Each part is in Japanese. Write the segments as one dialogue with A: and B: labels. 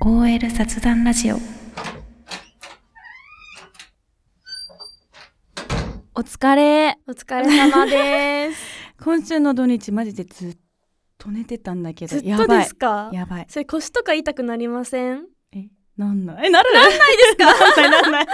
A: OL 雑談ラジオお疲れ
B: お疲れ様です。
A: 今週の土日マジでずっと寝てたんだけど
B: ずっ
A: や
B: と
A: ば
B: で
A: い
B: すか
A: やばい
B: それ腰とか痛くなりません
A: えなんないえなるなんないですか なんないなんない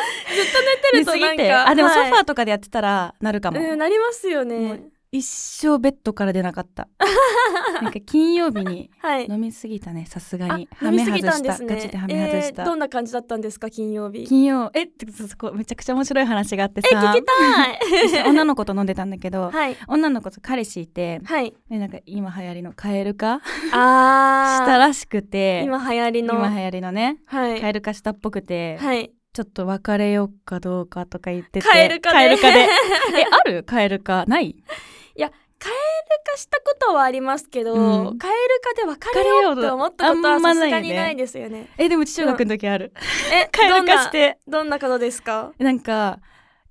B: てるとなんか
A: 寝すぎてあでも
B: は
A: ソ
B: い
A: ファーとかでやってたらなるかも、
B: うん、なりますよね。
A: 一生ベッドから出なかった なんか金曜日に
B: はい。
A: 飲みすぎたねさすが
B: あ
A: に
B: 飲みすぎたんで
A: ガ
B: すね。
A: チでハメ外した、
B: えーどんな感じだったんですか、金曜日。
A: 金曜えってそこめちゃくちゃ面白い話があってさ
B: え、聞きたい
A: 女の子と飲んでたんだけ ど、
B: はい。
A: 女の子と彼氏いて
B: はい。
A: でなんか今流行りのカエル化し
B: あー。
A: たらしくて
B: 今流行りの。
A: 今流行りのね
B: はい
A: カ。エル化したっぽくて、
B: はい。
A: ちょっと別れようかどうかとか言ってて
B: カエル化ね
A: カエル 化でえあるカエル化ない
B: 化したことはありますけど、
A: うん
B: カエル化で別れようって思ったこと
A: あ
B: は
A: んま
B: さ
A: な
B: す
A: いね
B: がにないですよね。
A: えでも中学の時ある、
B: え、
A: カエ
B: ど
A: ル
B: ん
A: 化
B: な
A: して
B: どんなことですか
A: なんか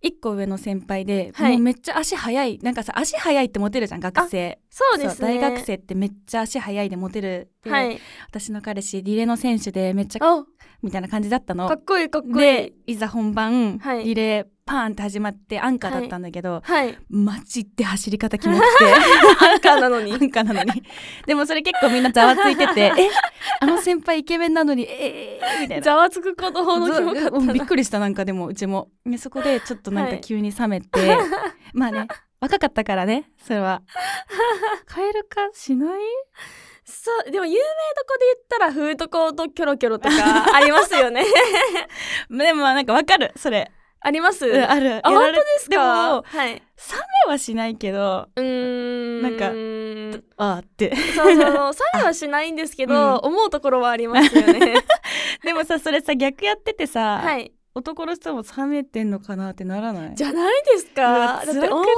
A: 一個上の先輩で、
B: はい
A: もうめっちゃ足速いなんかさ足速いってモテるじゃん学生
B: そうです
A: そう
B: ね。
A: 大学。生ってめっちゃ足速いでモテるって、
B: はい。
A: 私の彼氏リレーの選手でめっちゃ
B: あ、
A: みたいな感じだったの
B: かっこいいかっこいい
A: で。いざ本番、
B: はい
A: リレーパーンって始まってアンカーだったんだけど、
B: はい。
A: マジで走り方キモくて
B: アンカーなの
A: ア
B: に。
A: ンカーなのにでもそれ結構みんなざわついててえあの先輩イケメンなのにえー、みたい な。
B: ざわつく子供の気もかった
A: うんびっ
B: な。
A: くりしたなんかでもうちも、ね、そこでちょっとなん
B: は
A: か
B: い
A: 急に冷 めて、まあね若かったからねそれはカエル化しない
B: そう、でも有名どこで言ったら、フードコートキョロキョロと かありますよね。
A: でもまあなんかわかるそれ、
B: あります。
A: うんあるや
B: あ、
A: ら
B: 本
A: れ
B: 当です
A: で
B: か。
A: も
B: はい。
A: 冷めはしないけど
B: うーん。
A: なんか
B: ん
A: あーって
B: そうそう、サインはしないんですけど、
A: う
B: 思うところはあります よね。
A: でもさそれさ逆やっててさ、
B: はい。
A: 男の人も冷めてんのかなってならない
B: じゃないです
A: う
B: か。だ
A: わ
B: って
A: 辛く
B: 男
A: ない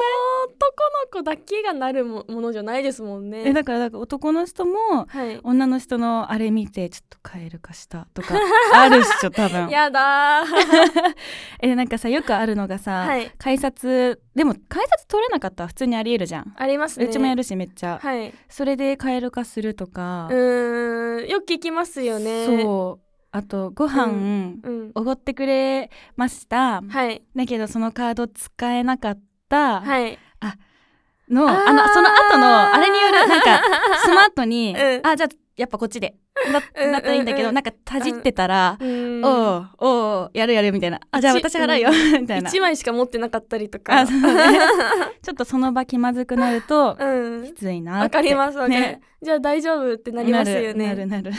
B: の子だけがなるもものじゃないですもん
A: え
B: ね。
A: だからだから男の人も
B: はい。
A: 女の人のあれ見てちょっとカエル化した とかあるっしょ多分
B: やだー。
A: えなんかさよくあるのがさ、
B: はい
A: 改札でも改札取れなかったら普通にありえるじゃん、
B: ありますね。
A: うちもやるしめっちゃ、
B: はい。
A: それでカエル化するとか
B: う、ーん。よく聞きますよね。
A: そうあとご
B: う
A: 飯、
B: うん。
A: おごってくれました、
B: はい。
A: だけどそのカード使えなかった、
B: はい。
A: のあ
B: あー
A: のその後のあれによるなんか その後に、
B: うん
A: あじゃあやっぱこっちで
B: うんうん
A: ななったらいいんだけど、なんかたじってたら、
B: うーん
A: おうおうやるやるみたいなあじゃあ
B: 一
A: 私払うよ みたいな
B: 一枚しか持ってなかったりとか。
A: あそうね ちょっとその場気まずくなると
B: うん
A: き。ついなって
B: わかりますわかる
A: ね。
B: じゃあ大丈夫ってなりますよ
A: なる
B: ね。
A: なるなる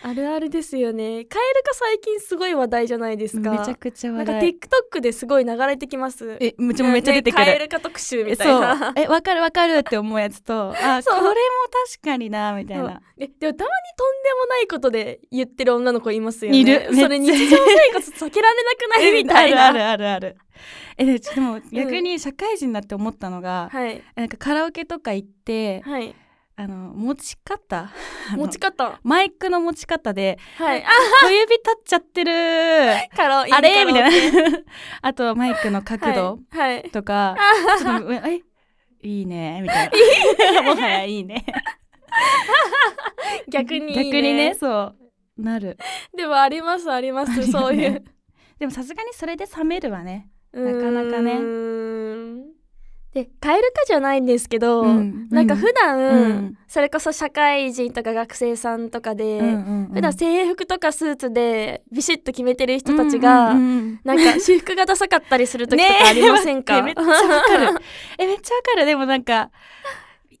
B: あるあるですよね。カエル化最近すごい話題じゃないですか。
A: めちゃくちゃ
B: な
A: 話
B: んか
A: 題
B: TikTok ですごい流れてきます。
A: えうちもめっちゃ出てく
B: ねカエ
A: る、
B: ル化特集みたい
A: そう
B: な。
A: えわかるわかるって思うやつとあこ
B: そう
A: れも確かになみたいな
B: えでもたまにとんでもないことで言ってる女の子いますよね。
A: いる
B: それ
A: めっちゃ
B: 日常生活避けられな くないみたいな。
A: あるあるあるあるえででも逆に社会人になって思ったのが、
B: はい
A: なんかカラオケとか行って
B: はい。
A: あの持ち方あの
B: 持ち方。
A: マイクの持ち 方で
B: はい。
A: 小指立っちゃってる
B: カラオ
A: あれみ
B: な
A: たいな あとマイクの角度
B: はい。はい
A: と か、ちょっとえいいねみたいな もはやいいね
B: 逆にいいね
A: 逆にねそうなる
B: でもありますありま
A: あるよ
B: す
A: ね
B: そういう
A: でもさすがにそれで冷めるわね
B: な
A: か なかね
B: でカエル化じゃないんですけど、
A: うん
B: なんか普段、
A: うん
B: それこそ社会人とか学生さんとかで、
A: うんうんうん
B: 普段制服とかスーツでビシッと決めてる人たちが、
A: うんうんうん
B: なんか私服がダサかったりする時と
A: ね
B: かありませんか、
A: 待って めっちゃわか るえめっちゃわかるでもなんか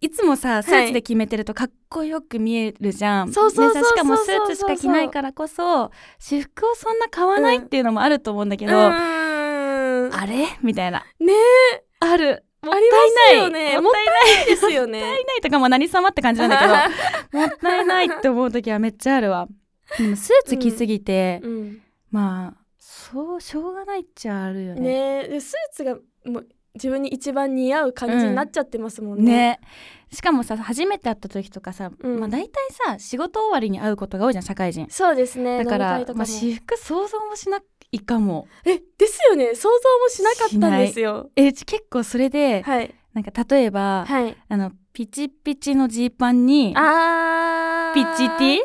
A: いつもさスーツで決めてるとかっこよく見えるじゃん、
B: そうそうそうそう
A: ねさしかもスーツしか着ないからこそ私服をそんな買わないっていうのもあると思うんだけど、
B: うーん
A: あれみたいな
B: ね
A: ある
B: もったいないよ
A: あります
B: ね
A: よね
B: もったいないですよね
A: もったいないとかも何様って感じなんだ けどもったいないって思う時はめっちゃあるわでも スーツ着すぎて、
B: うん
A: まあそうしょうがないっちゃあるよね
B: ねえでスーツがもう自分に一番似合う感じになっちゃってますもんね。
A: ねしかもさ初めて会った時とかさ、
B: うん
A: まあ大体さ仕事終わりに会うことが多いじゃん社会人
B: そうですね。
A: だから
B: 飲み会とかも
A: まあ、私服想像もしないかも
B: えですよね想像もしなかったんですよ。
A: えうち結構それで、
B: はい
A: なんか例えば、
B: はい。
A: あのピチピチのジーパンに
B: ああー
A: ピッチティー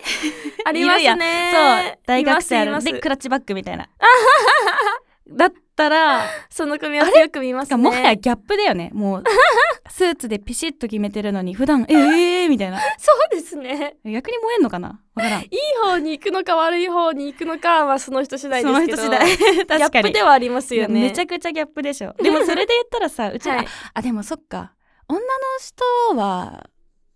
B: あります
A: いる
B: ね
A: そう大学生あ
B: い
A: る
B: ますい
A: で
B: ます
A: クラッチバッグ みたいなだったら
B: その組み合わせよく見ますね
A: もはやギャップだよね もうスーツでピシッと決めてるのに普段ええー、みたいな
B: そうですね
A: 逆に燃えんのかなわからん
B: いい方に行くのか悪い方に行くのかはその人次第
A: そ
B: で
A: の
B: すけ
A: 人
B: ど
A: 次第 確かに
B: ギャップではありますよね
A: めちゃくちゃギャップでしょでもそれで言ったらさうちら、
B: はい
A: あでもそっか女の人は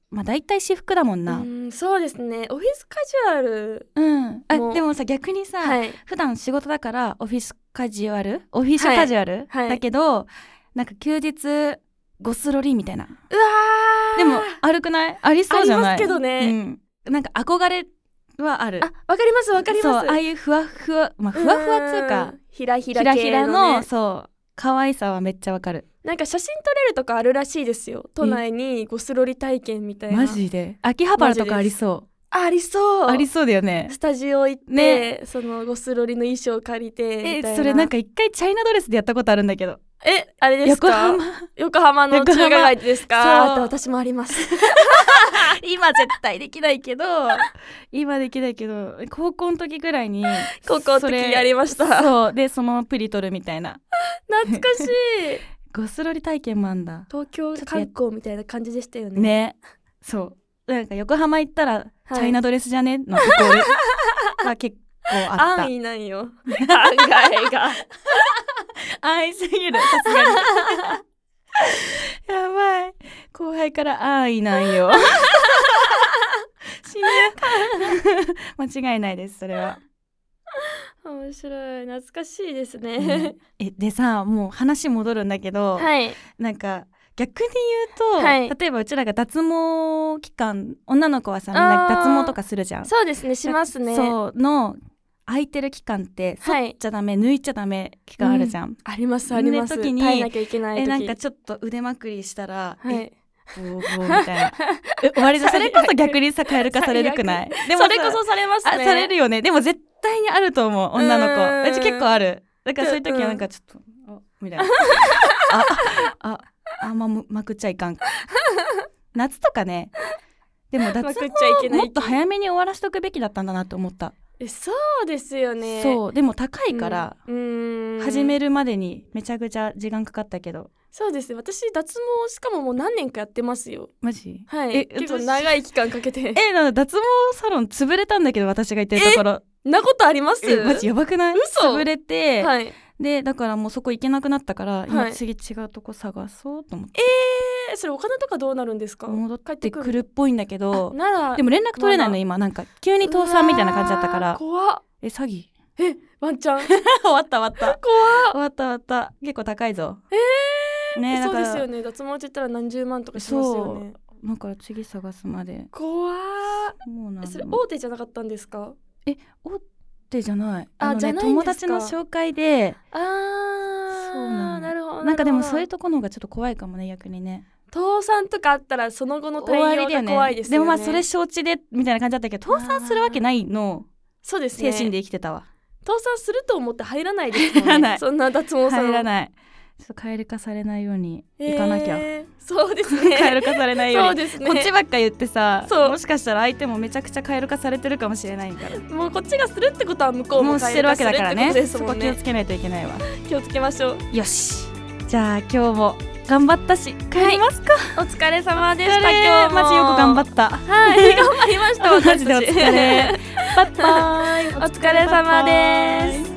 A: まあ大体私服だもんな
B: うーんそうですねオフィスカジュアル
A: うん、あ
B: もう
A: でもさ逆にさ、
B: はい
A: 普段仕事だからオフィスカジュアルオフィスカジュアル、
B: はいはい
A: だけどなんか休日ゴスロリみたいな
B: うわー
A: でもあるくないありそうじゃない
B: ありますけどね、
A: うん、なんか憧れはある
B: あわかりますわかり
A: そう
B: ま
A: あ
B: す
A: あいうふわふわまあふわふわっつうか
B: んひらひ
A: ひ
B: ら
A: ら
B: 系
A: ひら
B: の,、
A: のそう可愛さはめっちゃわかる
B: なんか写真撮れるとかあるらしいですよ都内にゴスロリ体験みたいな
A: マジで秋葉原とかありそう
B: あありそう
A: ありそうだよね
B: スタジオ行って、
A: ね
B: そのゴスロリの衣装借りてみ
A: え
B: たいな
A: それなんか一回チャイナドレスでやったことあるんだけど
B: えあれです
A: 横
B: か
A: 浜
B: 横浜の
A: 横
B: 中
A: 浜
B: 華街ですか
A: そう
B: あ私もあります
A: 今絶対できないけど今できないけど高校の時ぐらいに
B: 高校の
A: それ
B: 時やりました
A: そうでそのプリ取るみたいな
B: 懐かしい
A: ゴスロリ体験もあんだ
B: 東京
A: ちょっとや
B: 観光みたいな感じでしたよね
A: ねそうなんか横浜行ったら、
B: い
A: チャイナドレスじゃねのとこ ろが結構あった
B: 安易なんよ考えが
A: 安易すぎるさすがに やばい後輩から安易な んよ死ぬ間違いないですそれは
B: 面白い懐かしいです
A: ね
B: ね、
A: えでさもう話戻るんだけど、
B: はい
A: なんか逆に言うと、
B: はい
A: 例えばうちらが脱毛期間女の子はさみん
B: あ
A: な
B: ー
A: 脱毛とかするじゃん。
B: そうですねしますね
A: そうの空いてる期間って剃っ
B: はい
A: ちゃダメ、抜いちゃダメ期間あるじゃん。
B: ありますあります
A: ね時に
B: 耐えなきゃいけない時
A: えなんかちょっと腕まくりしたら、
B: は
A: え
B: い
A: ボーボーみたいな え終わりじゃんそれこそ逆にさる化されるくないでも
B: そ
A: さ
B: れこそされます
A: あ
B: ね
A: されるよねでも絶対にあると思う女の
B: うーん
A: 子うち結構あるだからそういう時はなんかちょっと、あみ たいなあああんまむまくっちゃいかん夏とかね でも脱
B: まくっちゃ
A: 毛
B: いけない
A: もっと早めに終わらしとくべきだったんだなと思った、
B: えそうですよね
A: そうでも高いから、
B: うん
A: 始め
B: る
A: るまでにめちゃくちゃ時間かかったけど
B: そうですね私脱毛しかももう何年かやってますよ
A: マジ
B: はい
A: え
B: 結構
A: 私
B: 長い期間かけて
A: えなんか脱毛サロン潰れたんだけど私が行ってるところ
B: えなことあります
A: えマジやばくない
B: 嘘
A: 潰れて、
B: はい
A: でだからもうそこ行けなくなったから、
B: は
A: 今
B: い
A: 次違うとこ探そうと思って
B: えそれお金とかどうなるんですか
A: 戻ってく
B: る
A: るっぽいんだけど
B: なら
A: でも連絡取れない
B: ま
A: の
B: だ
A: 今なんか急に倒産みたいな感じだったか
B: うわー
A: ら
B: 怖っ
A: え詐欺
B: ワンちゃ ん
A: 終わった終わった
B: 怖っ
A: 終わった終わった結構高いぞえねだ
B: そう
A: か
B: ですよ
A: ら
B: ね脱毛って言ったら何十万とかしますよね
A: だから次探すまで
B: 怖っ
A: もうな
B: え
A: の
B: それ大手じゃなかったんですか
A: 大手じゃない
B: あ
A: のね
B: じゃないん
A: 友
B: です
A: 達
B: か
A: の紹介で
B: あー
A: そうなの
B: なるほど
A: なんかでもそういう
B: う
A: とこの方がちょっと怖いかもね逆にね
B: 倒産とかあったらその後の対
A: 終わ
B: 応
A: りだよ
B: が
A: ね
B: 怖いですよね
A: もまあそれ承知でみたいな感じだったけど倒産するわけないの
B: そうです
A: 精
B: ね
A: 神で生きてたわ
B: 倒産すると思って入らないですもん
A: 入らな
B: ね
A: い
B: そんな脱毛さん
A: 入ら
B: い
A: ないちょっと蛙化されないように行かなきゃ、
B: そうです ね
A: 蛙化されないよ
B: そうう
A: に
B: ですね
A: こっちばっか言ってさ
B: そう
A: もしかしたら相手もめちゃくちゃ蛙化されてるかもしれないから
B: もうこっちがするってことは向こう
A: も
B: も
A: うしてるわけだからね
B: 変化するって
A: そ
B: こと
A: こ
B: です
A: 気
B: も
A: を
B: んね
A: つけないといけないわ
B: 気をつけましょう
A: よしじゃあ今日も頑張ったし帰りますか、
B: お疲れ様で
A: お疲
B: した
A: れ
B: 今日も
A: マジよく頑張っ た
B: はい 頑張りました
A: マジでお疲れバッバイ
B: お疲れ様です